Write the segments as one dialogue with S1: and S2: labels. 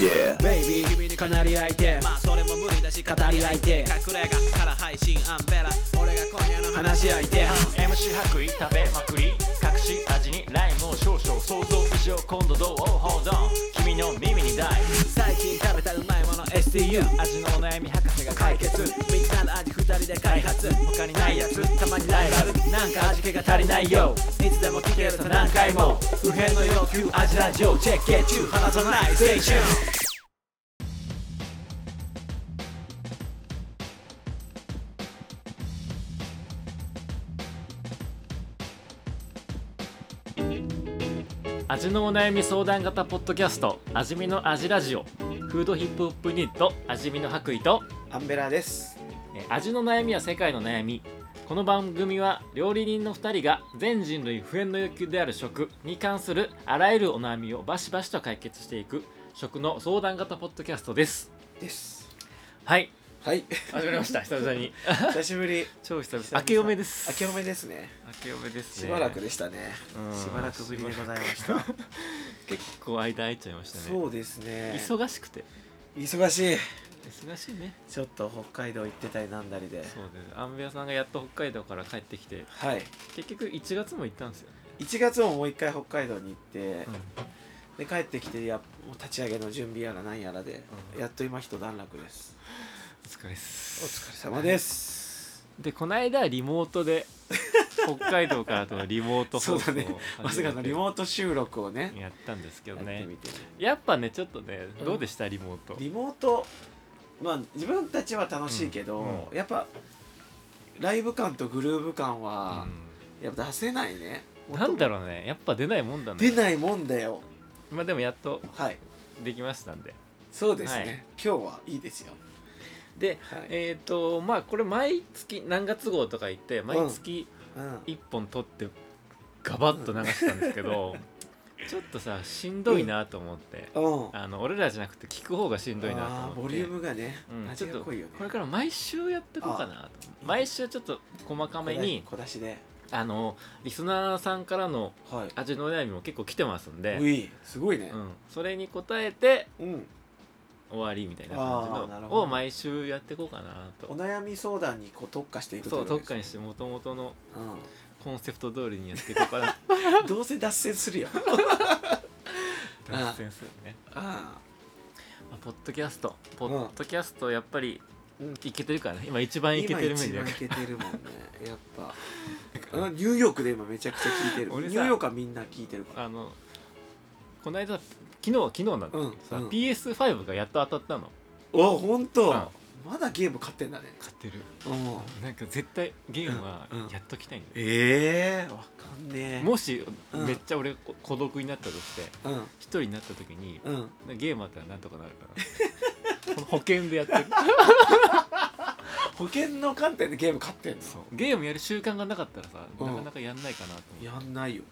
S1: Yeah
S2: ベイビー君にかなり相手
S3: まあそれも無理だし語り合いて隠れ家から配信アンベラ俺が今夜の話
S2: 話し合い手
S4: MC 白衣食べまくり隠し味にライムを少々想像以上今度どう Hold on 君の耳に大
S3: 最近食べたうまいもの STU
S4: 味のお悩み博士が
S3: 解
S4: 解決
S3: 決みんなの味二人で開発他にないやつたまにライバルなんか味気が足りないよいつでも聞けると何回も不変の要求味ラジオチェックゲッチュー離さないステーション
S4: 味のお悩み相談型ポッドキャスト味見の味ラジオフードヒップホップニット味見の白衣と
S5: アンベラです
S4: えー味の悩みは世界の悩みこの番組は料理人の2人が全人類不縁の欲求である食に関するあらゆるお悩みをバシバシと解決していく食の相談型ポッドキャストです
S5: です
S4: はい
S5: はい
S4: 始まりました久々に
S5: 久しぶり
S4: 超久々
S5: 々
S4: 明けおめです
S5: 明けおめですね
S4: 明けおめです
S5: し
S4: ね
S5: ばらくでしたね
S4: うん
S5: しばらくぶりでございました
S4: 結構間空いちゃいましたね
S5: そうですね
S4: 忙しくて
S5: 忙しい
S4: 忙しいね
S5: ちょっと北海道行ってたりなんだりで
S4: そうですアンベアさんがやっと北海道から帰ってきて
S5: はい
S4: 結局1月も行ったんですよ、
S5: 1月ももう一回北海道に行って
S4: う、ん
S5: で帰ってきてやもう立ち上げの準備やらなんやらで、
S4: うん
S5: やっと今一段落です
S4: お疲れです
S5: お疲れ様です
S4: でこの間リモート で北海道からとのリモート
S5: そ
S4: 放
S5: う
S4: 送
S5: だ
S4: を
S5: ねまさかのリモート収録をね
S4: やったんですけど
S5: やって
S4: ね
S5: みて
S4: やっぱねちょっとね
S5: うん
S4: どうでしたリモート
S5: リモートまあ自分たちは楽しいけど、
S4: うんう
S5: やっぱライブ感とグルーヴ感は
S4: う、
S5: やっぱ出せないね
S4: んなんだろうねやっぱ出ないもんだね
S5: 出ないもんだよ
S4: まあでもやっと
S5: はい
S4: できましたんで
S5: そうですね、
S4: はい
S5: 今日はいいですよ
S4: で
S5: はい
S4: えっ、とまあこれ毎月何月号とか言って毎月
S5: うん
S4: 1本取ってガバッと流したんですけど、 ちょっとさしんどいなと思って、
S5: うん
S4: あの俺らじゃなくて聞く方がしんどいなと思
S5: あ
S4: っ
S5: ー
S4: て
S5: ボリュームがね、
S4: うん、
S5: 味
S4: ちょっ
S5: が
S4: と
S5: 濃
S4: こ
S5: いよね
S4: れから毎週やっていこうかなと毎週ちょっと細かめに
S5: 小出しで
S4: あのリスナーさんからの
S5: はい
S4: 味のお悩みも結構来てますんで
S5: う、いすごいね
S4: うん、それに答えて
S5: うん、
S4: 終わりみたいな
S5: あ
S4: 感
S5: ーな
S4: じ
S5: る
S4: の
S5: ほど
S4: を毎週やっていこうかな
S5: お
S4: と
S5: 悩み相談にこう特化していく
S4: そう
S5: という
S4: 特
S5: こと
S4: 化
S5: で
S4: に
S5: す
S4: して元々の
S5: うん
S4: コンセプト通りにやっていこうかな
S5: どうせ脱線するよ
S4: 脱線するね、
S5: あ
S4: まあ、ポッドキャストポ
S5: ん
S4: ッドキャストやっぱり
S5: うん
S4: いけてるからね今一番いけ
S5: 今
S4: てる
S5: 一
S4: 面だ
S5: 番い
S4: か
S5: けてるもんねやっぱあのニューヨークで今めちゃくちゃ聞いてる
S4: 俺さ
S5: ニューヨークはみんな聞いてるから
S4: らあのこの間昨日昨日なんだけどさ、
S5: うんうん
S4: PS5 がやっと当たったの
S5: お本当、
S4: うん
S5: まだゲーム買ってんだね
S4: 買ってる
S5: うん
S4: なんか絶対ゲームは
S5: うんうん
S4: やっときたいんだよ、
S5: ええわかんねえ
S4: もし
S5: うん
S4: めっちゃ俺こ孤独になったとして
S5: うん
S4: 一人になった時に
S5: うん
S4: ゲームあったらなんとかなるからこの保険でやって る
S5: 保険の観点でゲーム買ってんの
S4: そうゲームやる習慣がなかったらさ、
S5: うん
S4: なかなかやんないかなと思
S5: やんないよ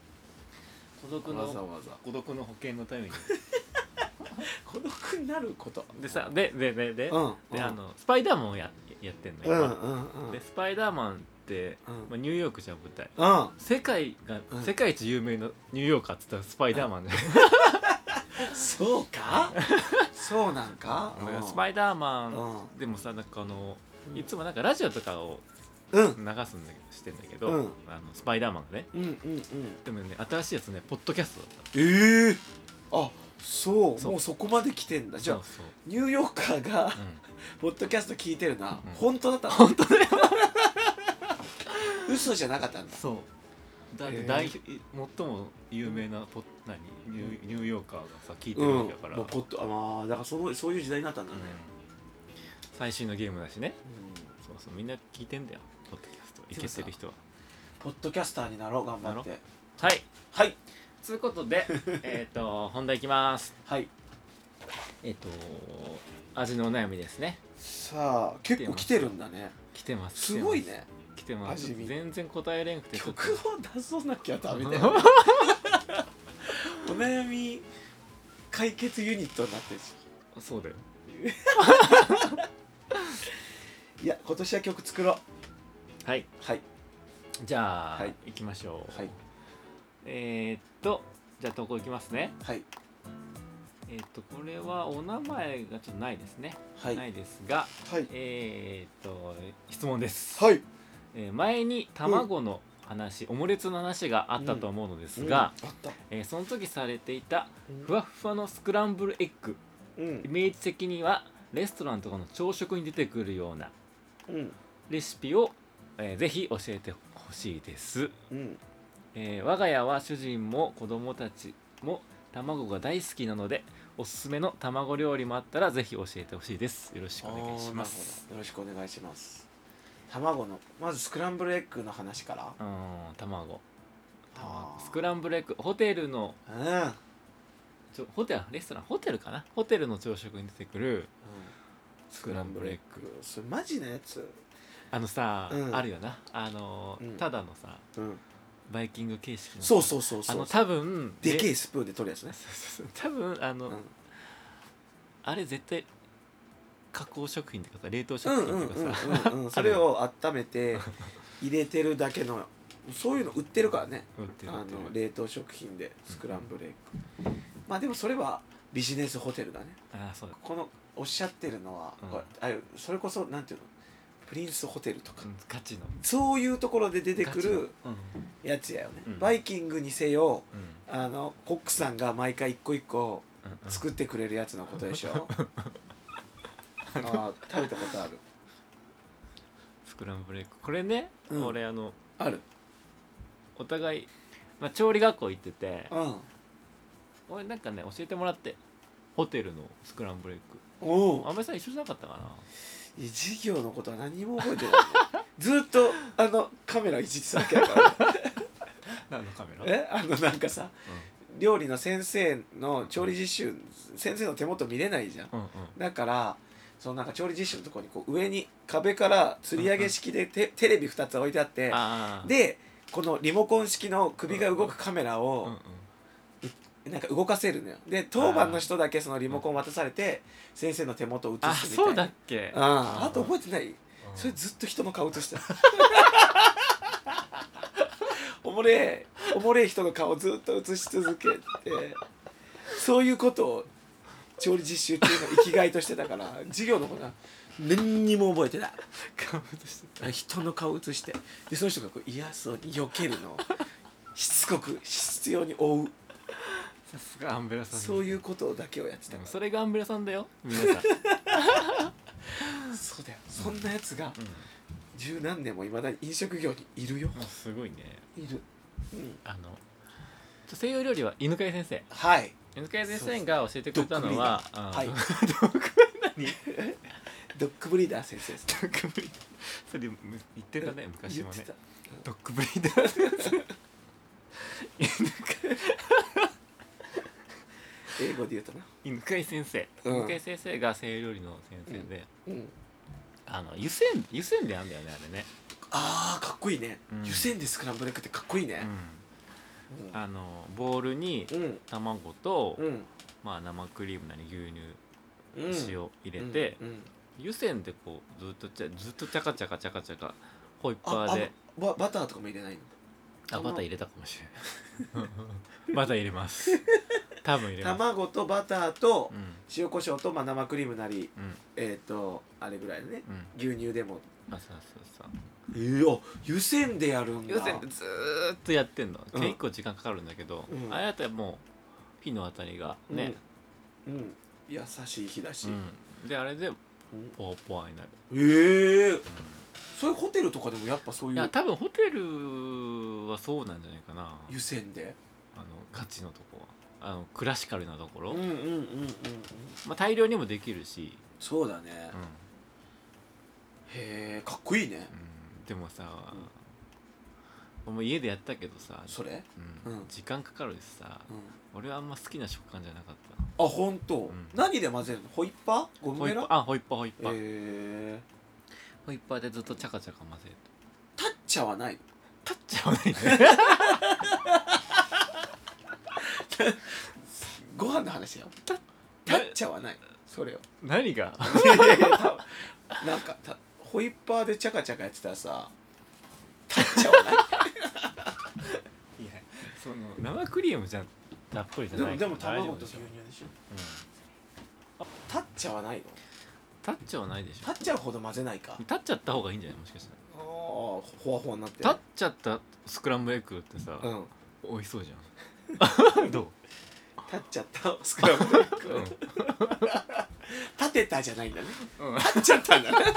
S4: う孤独
S5: わざ
S4: の
S5: わざ
S4: 孤独の保険のために
S5: 孤独になること
S4: でさでででで,、
S5: うん
S4: であのスパイダーマンをややってんの
S5: うん
S4: 今
S5: う、んうん
S4: でスパイダーマンって、
S5: うん
S4: まあ、ニューヨークじゃん舞台
S5: うん
S4: 世界が、
S5: うん
S4: 世界一有名なニューヨーカーっつったらスパイダーマンじゃん
S5: そうかそうなんか
S4: だからス
S5: イ
S4: パイダーマン
S5: う
S4: でもさなんかあの
S5: うん
S4: いつもなんかラジオとかを
S5: んう
S4: 流
S5: ん
S4: すんだけどしてんだけど、
S5: うん
S4: あのスパイダーマンがね
S5: うんうんうん
S4: でもね新しいやつねポッドキャストだった
S5: ええあそう
S4: そう
S5: もうそこまで来てんだじゃあ
S4: そうそう
S5: ニューヨーカーが、
S4: うん
S5: ポッドキャスト聞いてるな、
S4: うん
S5: 本当だった本当だよ 嘘じゃなかったんだ
S4: そうだっ
S5: へ
S4: て
S5: ー
S4: 大、最も有名なポッ何ニューニューヨーカーがさ聞いて
S5: う
S4: る
S5: ん
S4: わけだから、
S5: もうポッドあまあだからそのそういう時代になったんだ
S4: う
S5: ね
S4: ん、最新のゲームだしね
S5: うん
S4: そうそうみんな聞いてんだよポッドキャストいけてる人は
S5: ポッドキャスターになろう頑張って
S4: はい
S5: はい
S4: ということで えっと本題いきます
S5: はい
S4: えっ、と味のお悩みですね
S5: さあ結構来てるんだね
S4: 来てます
S5: すごいね
S4: 来てます
S5: 味見
S4: 全然答えれんくてちょっと
S5: 曲を出さなきゃダメだ よお悩み解決ユニットになってるし
S4: そうだよ
S5: いや今年は曲作ろう
S4: はい
S5: はい
S4: じゃあ、
S5: はい
S4: い、行きましょう、
S5: はい
S4: えー、っとじゃあ投稿いきますね
S5: はい
S4: ええっ、とこれはお名前がちょっとないですね、
S5: はい
S4: ないですが
S5: はい
S4: えっ、と質問です、
S5: はい
S4: えー前に卵の話、オムレツの話があったと思うのですが、
S5: うんあった
S4: えーその時されていた
S5: うん
S4: ふわっふわのスクランブルエッグ
S5: うん
S4: イメージ的にはレストランとかの朝食に出てくるような
S5: うん
S4: レシピを、えーぜひ教えてほしいです、
S5: うん
S4: えー我が家は主人も子供たちも卵が大好きなのでおすすめの卵料理もあったらぜひ教えてほしいですよろしくお願いします
S5: あーなるほどよろしくお願いします卵のまずスクランブルエッグの話から
S4: うーん卵
S5: あー
S4: スクランブルエッグホテルの
S5: うんうん
S4: ちょホテルレストランホテルかなホテルの朝食に出てくるスクランブルエッグ
S5: それマジのやつ
S4: あのさ、
S5: うん
S4: あるよなあのー、
S5: うん
S4: ただのさ
S5: うん
S4: バイキング形式のさ
S5: そうそうそうそう
S4: あの多分
S5: でけ
S4: れ
S5: えスプーンで取るやつね
S4: そうそうそう 多分あの、
S5: うん
S4: あれ絶対加工食品とかさ冷凍
S5: うん
S4: 食
S5: うん
S4: 品
S5: う
S4: と
S5: ん
S4: かさ、
S5: うんうん それを温めて入れてるだけのそういうの売ってるからね
S4: 売ってる売
S5: あ
S4: ってる
S5: の冷凍食品でスクランブルエッグまあでもそれはビジネスホテルだね
S4: ああそうだ、
S5: このおっしゃってるのは、
S4: うん
S5: これあれそれこそなんていうのプリンスホテルとか、
S4: うん、ガチの
S5: そういうところで出てくる
S4: ガチの
S5: やつやよね、
S4: うん
S5: バイキングにせよ
S4: うんうん
S5: あのコックさんが毎回一個一個
S4: うんうん
S5: 作ってくれるやつのことでし ょあー食べたことある
S4: スクランブルエッグこれね、
S5: うん
S4: 俺あの
S5: ある
S4: お互い、まあ、調理学校行ってて
S5: うん
S4: 俺なんかね教えてもらってホテルのスクランブルエッ
S5: お
S4: グ
S5: お
S4: 安倍さん一緒じゃなかったかな
S5: 授業のことは何も覚えてないねずっとあのカメラいじってただけだから ね
S4: 何のカメラ
S5: えあのなんかさ料理の先生の調理実習先生の手元見れないじゃん
S4: うんうん
S5: だからそのなんか調理実習のところにこう上に壁から吊り上げ式でテテレビ2つ置いてあって
S4: ああ
S5: でこのリモコン式の首が動くカメラ
S4: うんうん
S5: をなんか動かせるのよで当番の人だけそのリモコン渡されて先生の手元を映すみたい
S4: あ
S5: な
S4: そうだっけ
S5: ああと覚えてない
S4: うん
S5: それずっと人の顔映してた おもれえおもれえ人の顔ずっと映し続けてそういうことを調理実習っていうのを生きがいとしてたから授業のことは何にも覚えてない
S4: カメラとして
S5: 人の顔映してでその人がこう嫌そうに避けるのをしつこく執拗に追う
S4: さすがアンベラさんです
S5: そういうことだけをやってたか
S4: でも
S5: ら
S4: それがアンベラさんだよ皆 さん、
S5: そうだよそんなやつが十何年もいまだに飲食業にいるよ
S4: うん、すごいね
S5: いる、うん、
S4: あの西洋料理は犬飼先生
S5: はい
S4: 犬飼先生が教えてくれたのは
S5: ドッグリーダー
S4: あ
S5: はい ドッグブリーダー先生です
S4: ドッグブリーダー それ言ってたね昔
S5: 言
S4: も
S5: って
S4: ね
S5: た
S4: ドッグブリーダー先生
S5: 英語で言うとな
S4: 犬飼先生
S5: うん
S4: 犬飼先生が西洋料理の先生で、
S5: うん
S4: あの湯煎湯煎であんだよねあれね、
S5: あーかっこいいね、
S4: うん
S5: 湯煎でスクランブルエッグってかっこいいね
S4: うん、あのボウルに
S5: うんうん
S4: 卵と、
S5: うん
S4: まあ、生クリームなり牛乳
S5: うん
S4: 塩入れて
S5: うんうん
S4: 湯煎でこうずっとちゃずっとチャカチャカチャカチャカホイッパ
S5: あ
S4: ーで
S5: あババターとかも入れないの
S4: あ
S5: あ
S4: バター入れたかもしれない バター入れ ます多分入れます、
S5: 卵とバターと
S4: うん
S5: 塩コショウとまあ生クリームなり
S4: うん
S5: えっ、とあれぐらいのね
S4: うん
S5: 牛乳でも
S4: あそうそうそう
S5: えー、あ湯煎でやるんだ
S4: 湯煎でずーっとやってんの
S5: うん
S4: 結構時間かかるんだけど、
S5: うん
S4: あれだったらもう火の当たりがね、
S5: うん、うん優しい日だし、
S4: うんであれで
S5: うん
S4: ポワポワになる、
S5: ええー、
S4: うん
S5: そういうホテルとかでもやっぱそう
S4: い
S5: い
S4: や
S5: う
S4: 多分ホテルはそうなんじゃないかな
S5: 湯煎で
S4: あのガチのとこはあのクラシカルなところ、
S5: うんうんうんうん
S4: まあ、大量にもできるし、
S5: そうだね、
S4: うん
S5: へえかっこいいね
S4: うん、でもさ、もう家でやったけどさ、
S5: それ
S4: うん
S5: うん
S4: 時間かかるしさ、
S5: うん
S4: 俺はあんま好きな食感じゃなかっ
S5: あ本当、
S4: ん
S5: 何で混ぜるのホイッパーゴ
S4: た
S5: ム
S4: ホイ
S5: ベ
S4: ッ
S5: ラ
S4: パーあホイッパーホイッパー、
S5: へえ
S4: ホイッパーでずっとチャカチャカ混ぜる
S5: タッチャはない
S4: 立っちゃわないね
S5: ご飯の話よタッチャはないそれよ
S4: 何が
S5: いやいやいや多分なんかたホイッパーでチャカチャカやってたら さタッチャはない
S4: その生クリームじゃざっくりじゃ
S5: で
S4: な
S5: も
S4: い
S5: でも
S4: 大丈
S5: 卵
S4: 夫
S5: と
S4: でし
S5: 牛
S4: ょ
S5: 乳でしょタッチャはないの
S4: タッチはないでし
S5: タッチャほど混ぜないか
S4: ょ立っちゃった方がいいんじゃないもしかしたら
S5: ああほわほわになって
S4: 立っちゃったスクランブルエッグってさ、
S5: うん
S4: 美味しそうじゃんど
S5: 立っちゃったスクラムブルエッグ
S4: う、うん
S5: 立てたじゃないんだね、
S4: うん
S5: 立っちゃったんだね立っ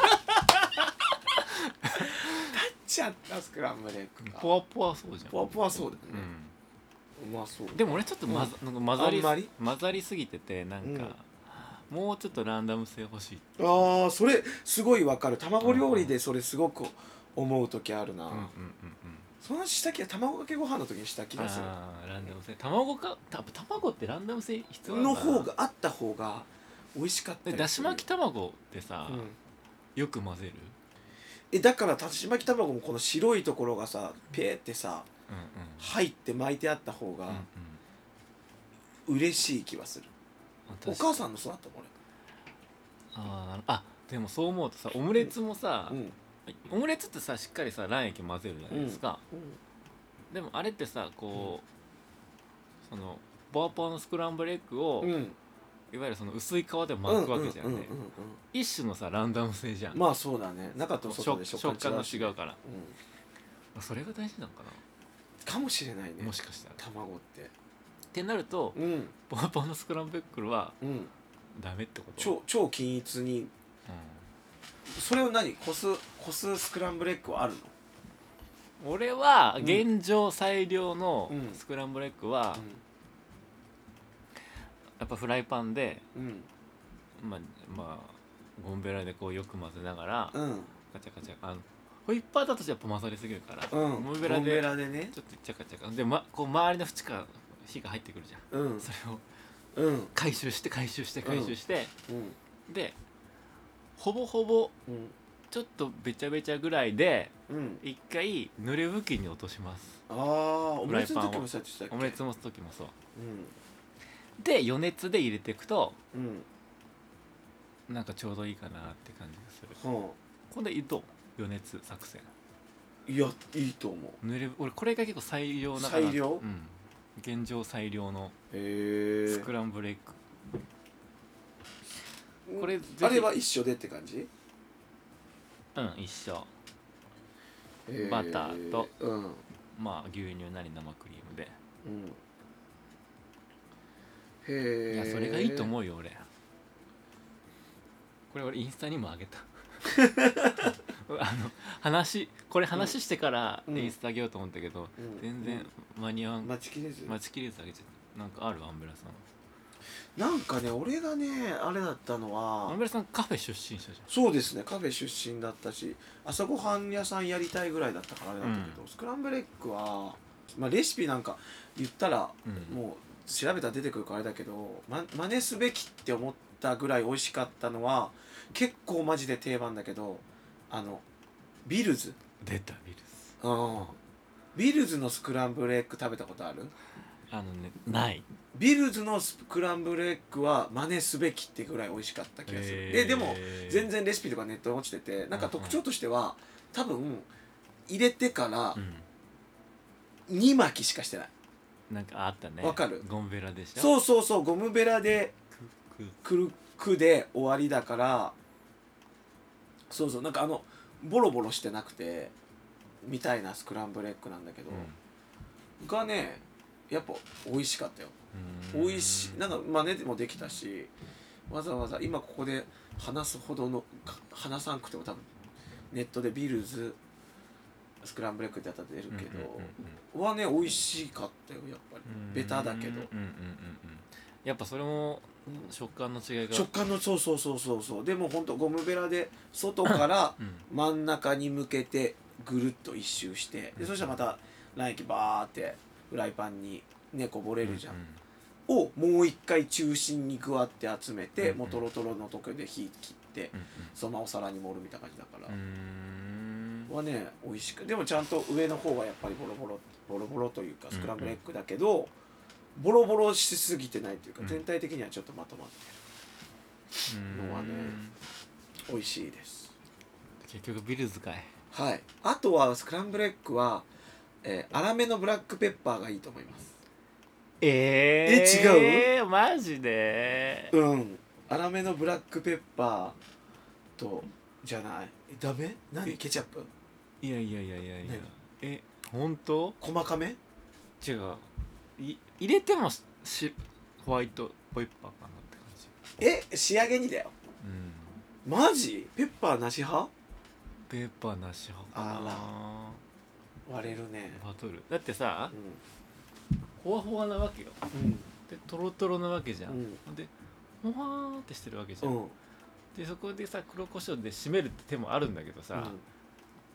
S5: ちゃったスクランブルエッグか
S4: ポワポワそうじゃん
S5: ぽわぽわそうだ
S4: う
S5: ね、
S4: ん
S5: うまそう
S4: でも俺ちょっとまざ、なんか混ざり
S5: あんまり
S4: 混ざりすぎててなんか、もうちょっとランダム性欲しい、
S5: ああそれすごいわかる卵料理でそれすごく思う時あるな、
S4: うんうんうんうん
S5: その話した気が卵かけご飯の時にした気がする
S4: あーランダム性卵かた卵ってランダム性必要な
S5: の
S4: んだな
S5: 方があった方が美味しかった
S4: で
S5: り
S4: だ
S5: す
S4: し
S5: る
S4: 巻き卵ってさ、
S5: うん
S4: よく混ぜる、
S5: えだからだし巻き卵もこの白いところがさペーってさ
S4: うんうん
S5: 入って巻いてあった方
S4: うん
S5: が嬉しい気はする、
S4: うん、
S5: お母さんのそうだったもん
S4: あーあでもそう思うとさオムレツもさ、
S5: 俺、うん
S4: オムレツってさしっかりさ卵液混ぜるじゃないですか、でもあれってさこう、そのボワポワのスクランブルエッグを、
S5: うん
S4: いわゆるその薄い皮で巻くわけじゃん
S5: う
S4: ね、
S5: んうんうん
S4: 一種のさランダム性じゃ、
S5: うんんまあそうだね中と外
S4: 食
S5: で食
S4: 食感が
S5: うし
S4: 違うから
S5: うん
S4: それが大事なのか
S5: かもしれないね
S4: なもしかしたら
S5: 卵って
S4: ってなると
S5: うん
S4: ボワポワのスクランブルエッグは
S5: うん
S4: ダメってこと
S5: 超超均一に
S4: う
S5: それを何こすこすスクランブルエッグはあるの
S4: ん俺は
S5: うん
S4: 現状最良の
S5: うん
S4: スクランブルエッグは、やっぱフライパンで
S5: うん
S4: まあまあゴンベラでこうよく混ぜながら、
S5: うん
S4: カチャカチャあのホイッパーだとやっぱ混ざりすぎるから、
S5: うん
S4: ゴムベラ
S5: ゴムベ
S4: で
S5: ラでね
S4: ちょっとチャカチャカで、ま、こう周りの縁から火が入ってくるじゃん
S5: うん
S4: それ
S5: う
S4: を
S5: ん
S4: 回収して回収して回収して、
S5: うん
S4: でほぼほぼ
S5: うん
S4: ちょっとべちゃべちゃぐらいで
S5: うん
S4: 一回濡れ布巾に落とします
S5: ああオ
S4: フ
S5: ム
S4: ラ
S5: レ
S4: イ
S5: ツ
S4: パン
S5: の
S4: を
S5: 時もそうやってしたっけ
S4: オムレツ持つ時もそう
S5: うん
S4: で余熱で入れていくと
S5: うん
S4: なんかちょうどいいかなって感じがする
S5: は
S4: これでどう余熱作戦
S5: あいやいいと思う
S4: 濡れ俺これが結構最良なかな
S5: 最良
S4: うん現状最良の
S5: へえ
S4: スクランブルエッグこれぜひ
S5: あれは一緒でって感じ
S4: うん一緒バターと
S5: へーうん
S4: まあ牛乳なり生クリームで、
S5: うんへえ
S4: いやそれがいいと思うよ俺これ俺インスタにもあ げたあの話これ話してから
S5: うん
S4: インスタあげようと思ったけど、
S5: うん
S4: 全然間に合わん、
S5: 待ちきれず
S4: 待ちきれずあげちゃったなんかあるアンベラさん
S5: なんかね俺がねあれだったの
S4: ア
S5: は
S4: ンベラさんカフェ出身者じ
S5: そうですねカフェ出身だったし朝ごはん屋さんやりたいぐらいだったからあれだったけど、スクランブルエッグは、まあ、レシピなんか言ったら、
S4: うん
S5: もう調べたら出てくるからあれだけど、ま、真似すべきって思ったぐらい美味しかったのは結構マジで定番だけどあのビルズ、
S4: ゃん出たビルス
S5: うん、ビルズのスクランブルエッグ食べたことある
S4: あのねない
S5: ビルズのスクランブルエッグは真似すべきってぐらい美味しかった気がする、ででも全然レシピとかネットに落ちててなんか特徴としては多分入れてから
S4: うん
S5: 2巻きしかしてない、
S4: なんかあったね
S5: わかる
S4: ゴンベラでしょう
S5: そうそうそうゴムベラでくるくで終わりだからそうそうなんかあのボロボロしてなくてみたいなスクランブルエッグなんだけど、がねやっぱ美味しかったよ
S4: うん
S5: 美味しいなんか真似もできたしわざわざ今ここで話すほどのか話さんくても多分ネットでビールズスクランブルエッグってやったら出るけど、
S4: うんうんうんうん
S5: はね美味しかったよやっぱりベタだけど、
S4: うんうんうんうんやっぱそれも
S5: うん
S4: 食感の違いが
S5: 食感のそうそうそうそうそうでもほんとゴムベラで外から
S4: うん
S5: 真ん中に向けてぐるっと一周してでそしたらまた卵液バーってフライパンにねこぼれるじゃん
S4: う、
S5: をもう一回中心にグワって集めて、
S4: うんうん
S5: もうトロトロの時で火切って
S4: うん
S5: そのままお皿に盛るみたいな感じだから、
S4: うんうーん
S5: はね美味しくでもちゃんと上の方はやっぱりボロボロボロボロというかスクランブルエッグだけど、ボロボロしすぎてないというか
S4: うん
S5: 全体的にはちょっとまとまってのはね
S4: う
S5: 美
S4: ん
S5: 味しいです
S4: 結局ビルズかい
S5: はいあとはスクランブルエッグは、えー粗めのブラックペッパーがいいと思います
S4: えー、
S5: え
S4: 違うマジで
S5: うん粗めのブラックペッパーとじゃないえダメ何ケチャップ
S4: いやいやいやいやいや
S5: ね
S4: え本当
S5: 細かめ
S4: 違うい入れてもししホワイトペッパーかなって感じ
S5: え仕上げにだよ
S4: うん
S5: マジペッパーなし派
S4: ペッパーなし派かな
S5: 割れるね
S4: バトルだってさ
S5: う
S4: ほわほわなわけよ
S5: ん
S4: でトロトロなわけじゃん、
S5: う
S4: でほわーってしてるわけじゃ、
S5: うんんうん
S4: でそこでさ黒胡椒で締めるって手もあるんだけどさ、
S5: うん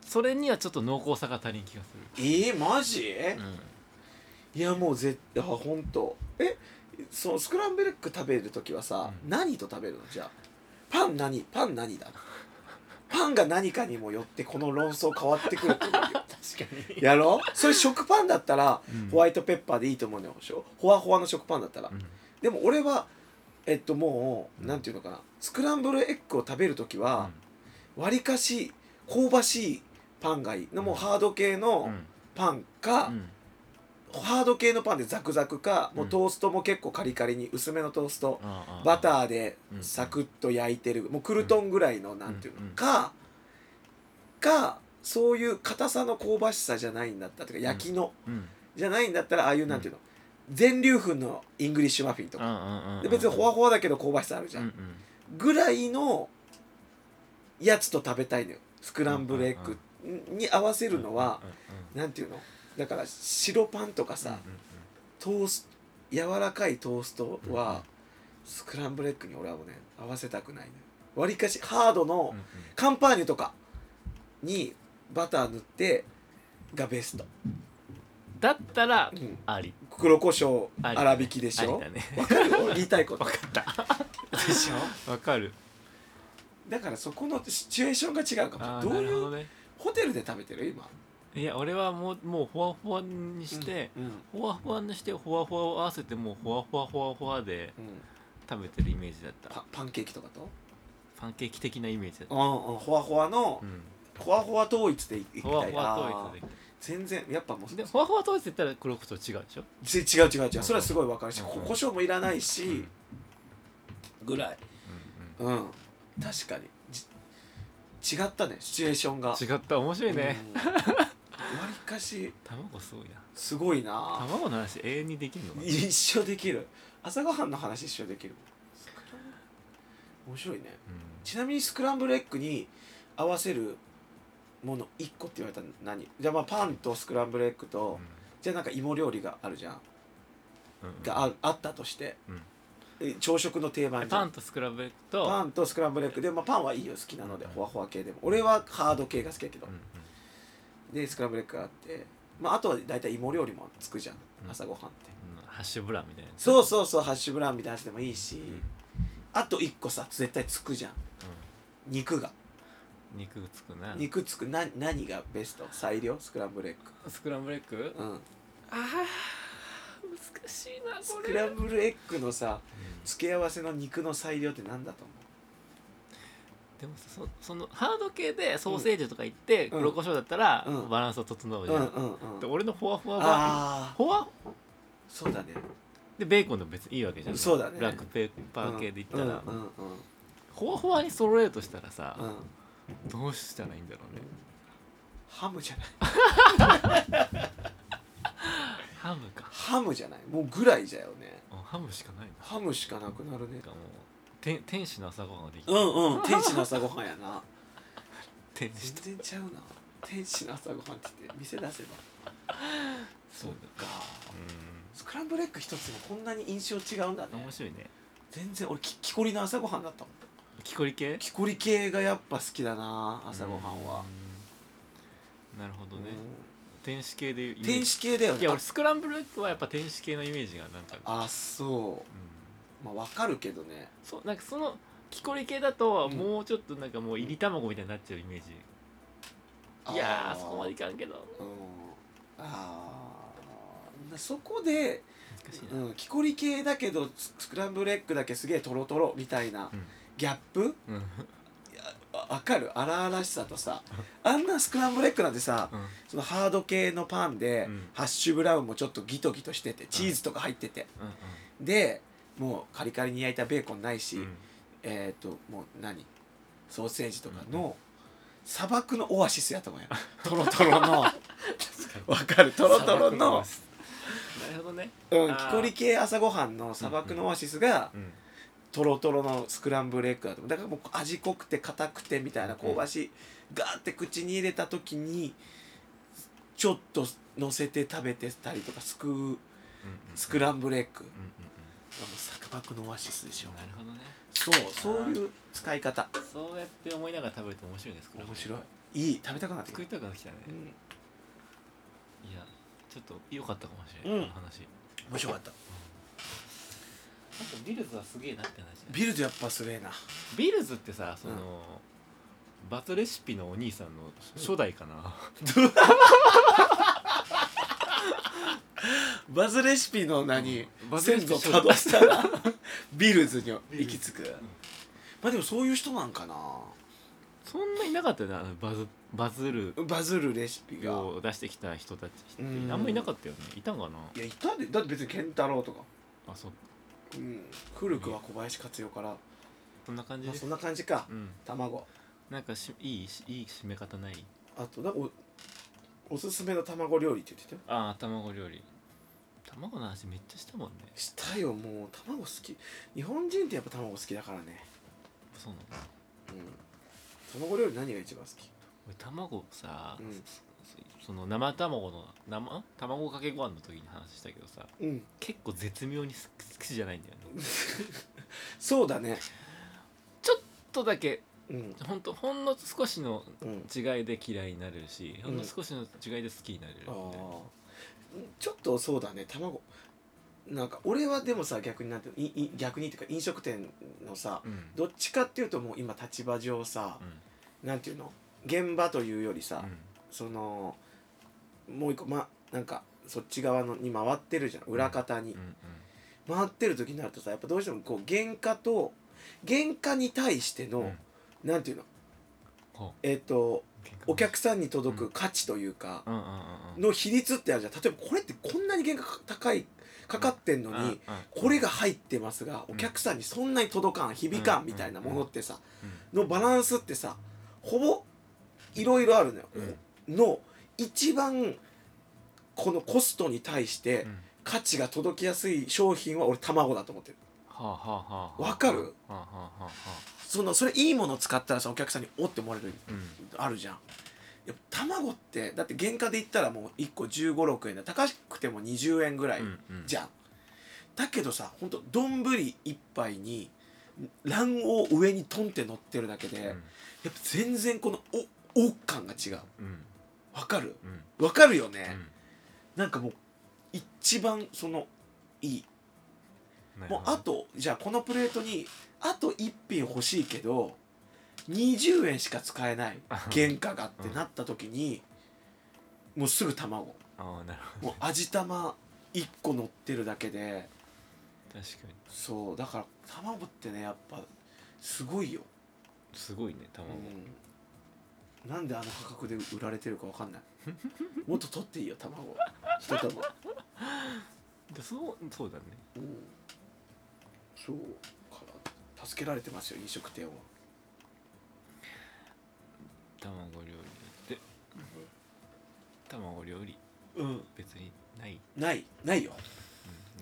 S4: それにはちょっと濃厚さが足りん気がす
S5: えー、マジ、
S4: る、う
S5: い
S4: ん、
S5: やもう絶対あほんとえそのスクランブルエッグ食べる時はさ、
S4: うん
S5: 何と食べるのじゃあパン何パン何だパンが何かにもよってこの論争変わってくるってことよ
S4: 確かに
S5: やろそれ食パンだったら、
S4: うん
S5: ホワイトペッパーでいいと思うのよしょほわほわの食パンだったら、
S4: うん
S5: でも俺はえっともう、なんていうのかなスクランブルエッグを食べる時はわり、かし香ばしいパンがいいのもうハード系
S4: う
S5: の
S4: ん
S5: パンか、
S4: うん
S5: ハード系のパンでザクザクかもううんトーストも結構カリカリに薄めのトースト、
S4: ああああ
S5: バターで
S4: うん
S5: サクッと焼いてるもうクルトンぐらいのなんていうの、
S4: うん
S5: かかそういう硬さの香ばしさじゃないんだったとか焼きの、
S4: うん
S5: じゃないんだったらああいうなんていうの、全粒粉のイングリッシュマフィンと
S4: う
S5: か、
S4: んうんうん
S5: で別にホワホワだけど香ばしさあるじゃん、
S4: うん
S5: ぐらいのやつと食べたいのよスクランブルエッグに合わせ
S4: うん
S5: るのは
S4: う、んうん
S5: なんていうのだから白パンとかさ、
S4: うんうん
S5: トース柔らかいトーストはスクランブルエッグに俺はもうね合わせたくないのよわりかしハードの
S4: うんうん
S5: カンパーニュとかにバター塗ってがベスト、
S4: だったら
S5: うん、
S4: あり
S5: 黒胡椒
S4: あり
S5: 粗挽きでしょ
S4: ありだね
S5: わかる俺言いたいこと
S4: わかった
S5: でしょ
S4: わかる
S5: だからそこのシチュエーションが違うか
S4: あ
S5: もど
S4: ーな
S5: う
S4: るほ
S5: い
S4: ど
S5: う
S4: ね
S5: ホテルで食べてる今
S4: いや俺はもうもうほわほわにして、
S5: うんうん
S4: ほわほわにしてほわほわを合わせてもうほわほわほわほわで
S5: うん
S4: 食べてるイメージだった
S5: パパンケーキとかと
S4: パンケーキ的なイメージだっ
S5: う
S4: た、
S5: んうんほわほわの、
S4: うん、
S5: ほわほわ統一でいいきたい
S4: ほわほわ
S5: あ
S4: 統一
S5: ー
S4: で
S5: 全然やっぱもう
S4: でほわほわ統一って言ったら黒胡椒違うでしょ
S5: ち違う違う違うそれはすごい分かるし、
S4: うん
S5: こ胡椒もいらないし、ぐらいうん確かにじ違ったねシチュエーションが
S4: 違った面白いね、
S5: うんわりかし
S4: 卵すごいな
S5: すごいな
S4: 卵の話永遠にできるのかな
S5: 一緒できる朝ごはんの話一緒できる面白いね
S4: う
S5: ちなみにスクランブルエッグに合わせるもの1個って言われたら何じゃあまあパンとスクランブルエッグと、じゃあなんか芋料理があるじゃん
S4: んうんうん
S5: がああったとして、
S4: うん
S5: え朝食の定番じゃん
S4: パンとスクラブエッグと
S5: パンとスクランブルエッグで、まあ、パンはいいよ好きなので、ほわほわ系でも俺はハード系が好きだけど、
S4: うんうん
S5: でスクランブルエッグがあって、まあ、あとは大体芋料理もつくじゃん、
S4: うん
S5: 朝ごはんって
S4: うんハッシュブランみたいなやつ
S5: そうそうそうハッシュブラウンみたいなやつでもいいし、
S4: ん
S5: あと1個さ絶対つくじゃん肉が
S4: 肉つくな
S5: 肉つくな何がベスト最良スクランブルエッ
S4: スクランブルエッグ
S5: グ、うん、
S4: ああ難しいな
S5: ス
S4: こ
S5: ク
S4: れ
S5: ランブルエッグのさ付け合わせの肉の最良って何だと思う
S4: でもさそそのハード系でソーセージとか言って黒胡椒だったら
S5: うん
S4: バランスを整うじ
S5: う
S4: ゃ
S5: ん
S4: ん
S5: うんう
S4: で
S5: ん
S4: 俺のほわほわは
S5: ああ
S4: ほわ
S5: そうだね
S4: でベーコンでも別にいいわけじゃん
S5: そうだね
S4: ブラックペッパー系で言ったら
S5: うんうん
S4: ほわほわに揃えるとしたら
S5: うんう
S4: さ
S5: ん
S4: どうしたらいいんだろうね
S5: ハムじゃない
S4: ハムか
S5: ハムじゃないもうぐらいじゃよね
S4: あハムしかないな
S5: ハムしかなくなるね
S4: なんかもうて天使の朝ごはんができ
S5: う
S4: た
S5: ん うん天使の朝ごはんやな
S4: 天使
S5: 全然ちゃうな天使の朝ごはんって言って店出せば
S4: そうだ
S5: か
S4: う
S5: スクランブルエッグ一つもこんなに印象違うんだね
S4: ん面白いね
S5: 全然俺ききこりの朝ごはんだったもん
S4: 木こり系
S5: きこり系がやっぱ好きだな朝ごはんは
S4: うんなるほどね
S5: うん
S4: 天使系でいうイメージ
S5: 天使系だよ
S4: いや
S5: ね
S4: 俺スクランブルエッグはやっぱ天使系のイメージがなんか
S5: あそ
S4: うん
S5: うまあわかるけどね
S4: そうなんかその木こり系だと
S5: うん
S4: もうちょっとなんかもういり卵みたいになっちゃうイメージ、いやーそこまでいかんけど
S5: うんあーそこで
S4: 難しいな、
S5: うん、木こり系だけどススクランブルエッグだけすげえトロトロみたいな
S4: うん
S5: ギャップ
S4: うん
S5: あ分かる荒々しさとさあんなスクランブルエッグなんてさ、
S4: うん
S5: そのハード系のパンで、
S4: うん
S5: ハッシュブラウンもちょっとギトギトしててチーズとか入ってて、
S4: うん
S5: でもうカリカリに焼いたベーコンないし、
S4: うんうん
S5: えっ、ともう何ソーセージとかの砂漠のオアシスやと思うよトロトロ のわかるトロトロ
S4: 砂漠オ
S5: の
S4: ア、シスなるほどね
S5: うん、
S4: あ
S5: 木
S4: ー
S5: こり系朝ごはんの砂漠のオアシスが
S4: うん
S5: トロトロのスクランブルエッグだと思うだからもう味濃くて硬くてみたいな香ばしいガーって口に入れた時にちょっと乗せて食べてたりとかすくうスクランブルエッグ
S4: うんうん
S5: もう砂漠のオアシスでしょ
S4: うんなるほどね
S5: そうそういう使い方
S4: そうやって思いながら食べると面白いです
S5: 面白いいい食べたくなってき
S4: 作
S5: た
S4: りたくなってきたね
S5: うん
S4: いやちょっと良かったかもしれない、
S5: うん
S4: この話
S5: 面白かった
S4: あとビルズはすげえなって話だね
S5: ビルドやっぱすげえな
S4: ビルズってさその、バトレシピのお兄さんの初代かな、
S5: バズレシピの名に
S4: バズレ
S5: 先
S4: シ
S5: 祖
S4: ピ
S5: たどしたらビルズに行き着くまあでもそういう人なんかな
S4: そんないなかったよねあのバズバズる
S5: バズるレシピが
S4: を出してきた人たちって
S5: うん
S4: あんまいなかったよねいたんかない
S5: やいたでだって別に健太郎とか、
S4: あそう
S5: うん、古くは小林克代から、ま
S4: そんな感じ
S5: あ、
S4: で
S5: そんな感じか
S4: うん
S5: 卵
S4: なんかしいいしいい締め方ない
S5: あとなんかおおすすめの卵料理って言ってたよ
S4: ああ卵料理卵の話めっちゃしたもんね
S5: したよもう卵好き日本人ってやっぱ卵好きだからね
S4: そうなの
S5: うん卵料理何が一番好き
S4: 俺卵さ、
S5: うん
S4: そその生卵の生卵かけご飯の時に話したけどさ
S5: うん
S4: 結構絶妙に好き好きじゃないんだよね
S5: そうだね
S4: ちょっとだけ
S5: うん
S4: ほんとほんの少しの
S5: うん
S4: 違いで嫌いになれるし、ほんの
S5: うん
S4: 少しの違いで好きになれるみ
S5: あ
S4: たいな
S5: ーちょっとそうだね卵なんか俺はでもさ逆になんていい逆にっていうか飲食店のさ
S4: うん
S5: どっちかっていうともう今立場上さ
S4: う、ん
S5: なんていうの現場というよりさ、
S4: うん
S5: そのもう一個まなんかそっち側のに回ってるじゃん裏方に、
S4: うんうん
S5: 回ってる時になるとさやっぱどうしてもこう原価と原価に対しての、
S4: うん
S5: なんていうの
S4: こ
S5: えっ、と
S4: う喧嘩
S5: お客さんに届く価値というか、
S4: うんうんうんうん
S5: の比率ってあるじゃん例えばこれってこんなに原価高いかかってんの
S4: うんう
S5: に
S4: ん、
S5: これが入ってますが
S4: う
S5: お
S4: ん
S5: 客さんにそんなに届かん響か
S4: うん
S5: んみたいなものってさ
S4: うん
S5: のバランスってさほぼいろいろあるのよ、の一番このコストに対して
S4: うん
S5: 価値が届きやすい商品は俺卵だと思ってる
S4: はあはあはあはあ
S5: わかる
S4: はあはあはあは
S5: そのそれいいもの使ったらさお客さんにおって思われる
S4: あうん
S5: あるじゃんやっぱ卵ってだって原価で言ったらもう1個1 5 6円だ高くても20円ぐらい
S4: うんうん
S5: じゃんだけどさほんと丼1杯に卵黄上にトンって乗ってるだけで、やっぱ全然このおおっ感が違う
S4: うんうん
S5: わかる
S4: うん
S5: わかるよね、
S4: う
S5: なんかもう一番そのいい
S4: ん
S5: もうあとじゃあこのプレートにあと1品欲しいけど20円しか使えない原価がってなった時に、もうすぐ卵
S4: ああなるほ
S5: もう味玉1個乗ってるだけで
S4: ど確かに
S5: そうだから卵ってねやっぱすごいよ、
S4: すごいね卵
S5: うん、なんであの価格で売られてるかわかんないもっと取っていいよ卵一玉
S4: でそうそうだね
S5: うんそうから助けられてますよ飲食店は
S4: 卵料理で卵料理
S5: うん
S4: 別にない、
S5: ないないよ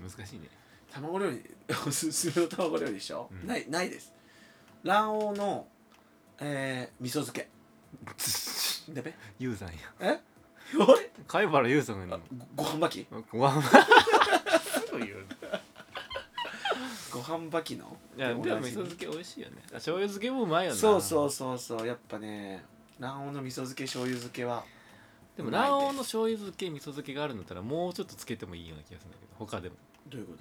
S4: うん、難しいね
S5: 卵料理 おすすめの卵料理でしょ、
S4: うん
S5: ないないです卵黄のえー、味噌漬けだべ
S4: ユウさんや
S5: えあれ
S4: 貝原ユウさんが
S5: ごご飯巻き
S4: ご飯すぐ言う
S5: ご飯巻きの
S4: いや でも
S5: お
S4: 味
S5: な
S4: 噌
S5: じみ
S4: 漬け美味しいよねあ醤油漬けもうまいよな
S5: そうそうそうそうやっぱね卵黄の味噌漬け醤油漬けは
S4: でも
S5: うまいね
S4: 卵黄の醤油漬け味噌漬けがあるんだったらもうちょっとつけてもいいような気がするんだけど他でも
S5: どういうこ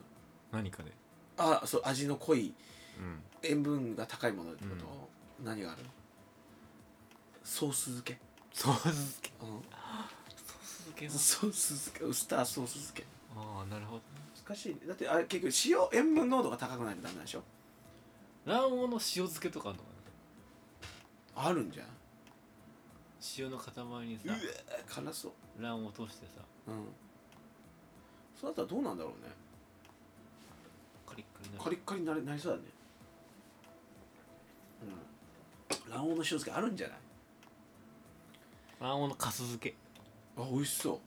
S4: 何かで
S5: とあそう味の濃い
S4: うん
S5: 塩分が高いものってこと、何があるのソース漬け
S4: ソース漬け
S5: うん
S4: ソース漬け
S5: ソース漬けウスターソース漬け
S4: ああなるほどね
S5: 難しいねだってあれ結局塩塩分濃度が高くないとダメなんでしょ
S4: 卵黄の塩漬けとかあるのかな
S5: ああるんじゃん
S4: 塩の塊にさ
S5: え辛そう
S4: 卵を落としてさ
S5: うんそうだったらどうなんだろうね
S4: カリッカリにな
S5: カ
S4: る
S5: リッカリになれなりそうだねうん卵黄の塩漬けあるんじゃない
S4: 卵黄のかす漬け
S5: あ美味しそ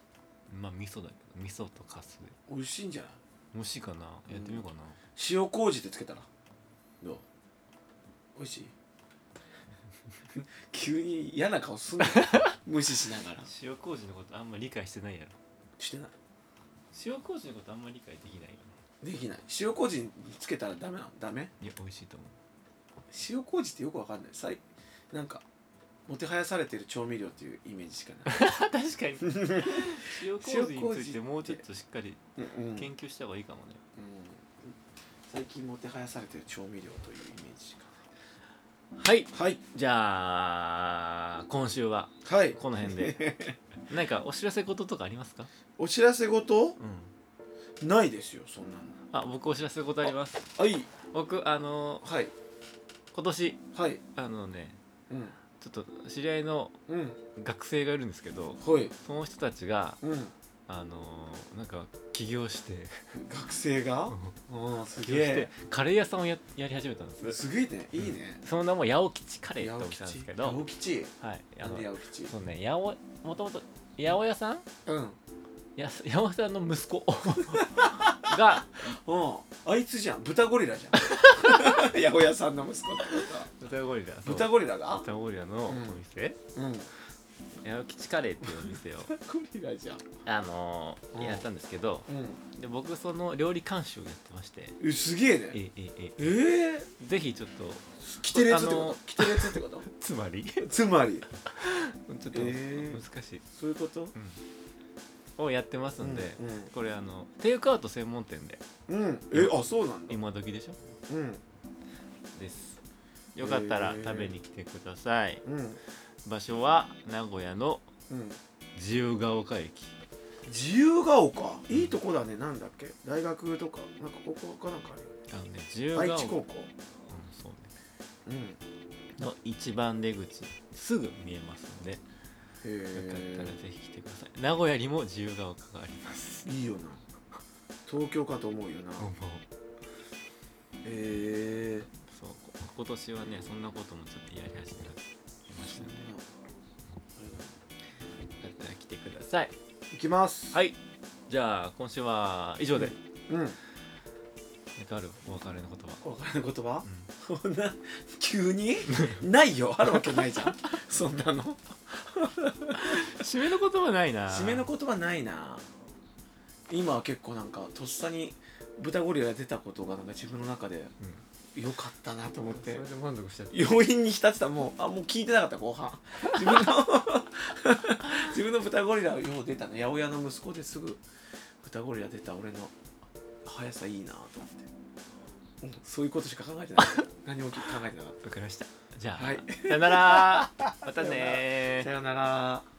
S5: う
S4: まあ味噌だけど味噌とかすで
S5: 美味しいんじゃない
S4: 美味しいかなやってみようかな、
S5: 塩麹ってつけたらどう美味 しい急に嫌な顔 すんの無視しながら
S4: 塩麹のことあんまり理解してないやろ
S5: してない
S4: 塩麹のことあんまり理解できないよね
S5: できない塩麹につけたらダメなのダメ
S4: いや美味しいと思う
S5: 塩麹ってよくわかんないさいなんかもてはやされてる調味料っていうイメージしか ない
S4: あ確かに 塩麹についてもうちょっとしっかり
S5: うん、うん
S4: 研究した方がいいかもね
S5: 最近もてはやされてる調味料というイメージしか
S4: はい
S5: はい
S4: じゃあ今週は
S5: はい
S4: この辺で 何かお知らせ事とかありますか
S5: お知らせ事
S4: うん
S5: ないですよそんなの
S4: あ僕お知らせ事あります
S5: はい
S4: 僕あの
S5: はい
S4: 今年
S5: はい
S4: あのね
S5: うん
S4: ちょっと知り合いの
S5: うん
S4: 学生がいるんですけど
S5: はい
S4: その人たちが
S5: うん
S4: あのなんか起業して
S5: 学生がうんす
S4: 起業してカレー屋さんをややり始めたんです
S5: すげえねいいね
S4: その名も八百吉カレー
S5: 八
S4: っ
S5: 百
S4: てお店なんですけ
S5: 吉
S4: ど
S5: 八百吉
S4: はいあ
S5: なん
S4: の
S5: で八百吉
S4: そうね八百もともと八百屋さん
S5: うんうん
S4: や八百さんの息子が
S5: あいつじゃん豚ゴリラじゃん 八百屋さんの息子ってことは
S4: 豚ゴリラ
S5: 豚
S4: ゴ
S5: ゴリラが
S4: 豚ゴリラのお店、
S5: うん
S4: 八百吉カレーっていうお店を
S5: ゴリラじゃん
S4: あのー
S5: うん
S4: やったんですけど
S5: う
S4: で僕その料理監修をやってまして
S5: んえすげえね
S4: えええ
S5: ええ
S4: ぜひちょっと
S5: キテレツって
S4: あ
S5: こ
S4: の
S5: とキテレツってこと
S4: つまり ち ょ
S5: つまり
S4: っと
S5: えー
S4: 難しい、
S5: そういうこと
S4: をやってますんで、
S5: うん
S4: これあのテイクアウト専門店で
S5: うんえあそうなんだ
S4: 今時でしょ
S5: うん
S4: ですよかったら
S5: えー
S4: 食べに来てください、
S5: うん
S4: 場所は名古屋の
S5: うん
S4: 自由が丘駅
S5: 自由が丘いいとこだねなんだっけ大学とかなんか高校かなんかあるよね
S4: あのね自由が丘
S5: 愛知高校
S4: うんそうね
S5: うんへ
S4: の一番出口すぐ見えますのでよかったら
S5: え
S4: ぜひ来てください名古屋にも自由が丘があります
S5: いいよな東京かと思うよな
S4: もう
S5: へえ
S4: そうこ今年はねそんなこともちょっとやり始めましたねよかったら来てください
S5: 行きます
S4: はいいじゃあ今週は以上で、
S5: うん
S4: ネタあるお別れの言葉
S5: お別れの言葉
S4: うん
S5: そんな急にないよあるわけないじ ゃんそんなの
S4: 締めの言葉ないな
S5: 締めの言葉ないな今は結構なんかとっさに豚ゴリラが出たことがなんか自分の中で
S4: うん
S5: 良かったなと思っ
S4: それ
S5: て
S4: で満足しちゃって
S5: 余韻に浸ってたもうあもう聞いてなかった後半自分の自分の豚ゴリラよう出たの八百屋の息子ですぐ豚ゴリラ出た俺の速さいいなと思って、うんそういうことしか考えてない何も考えてなかっ
S4: わかりましたじゃあ、
S5: はい
S4: さよならまたね
S5: た
S4: ー
S5: さよなら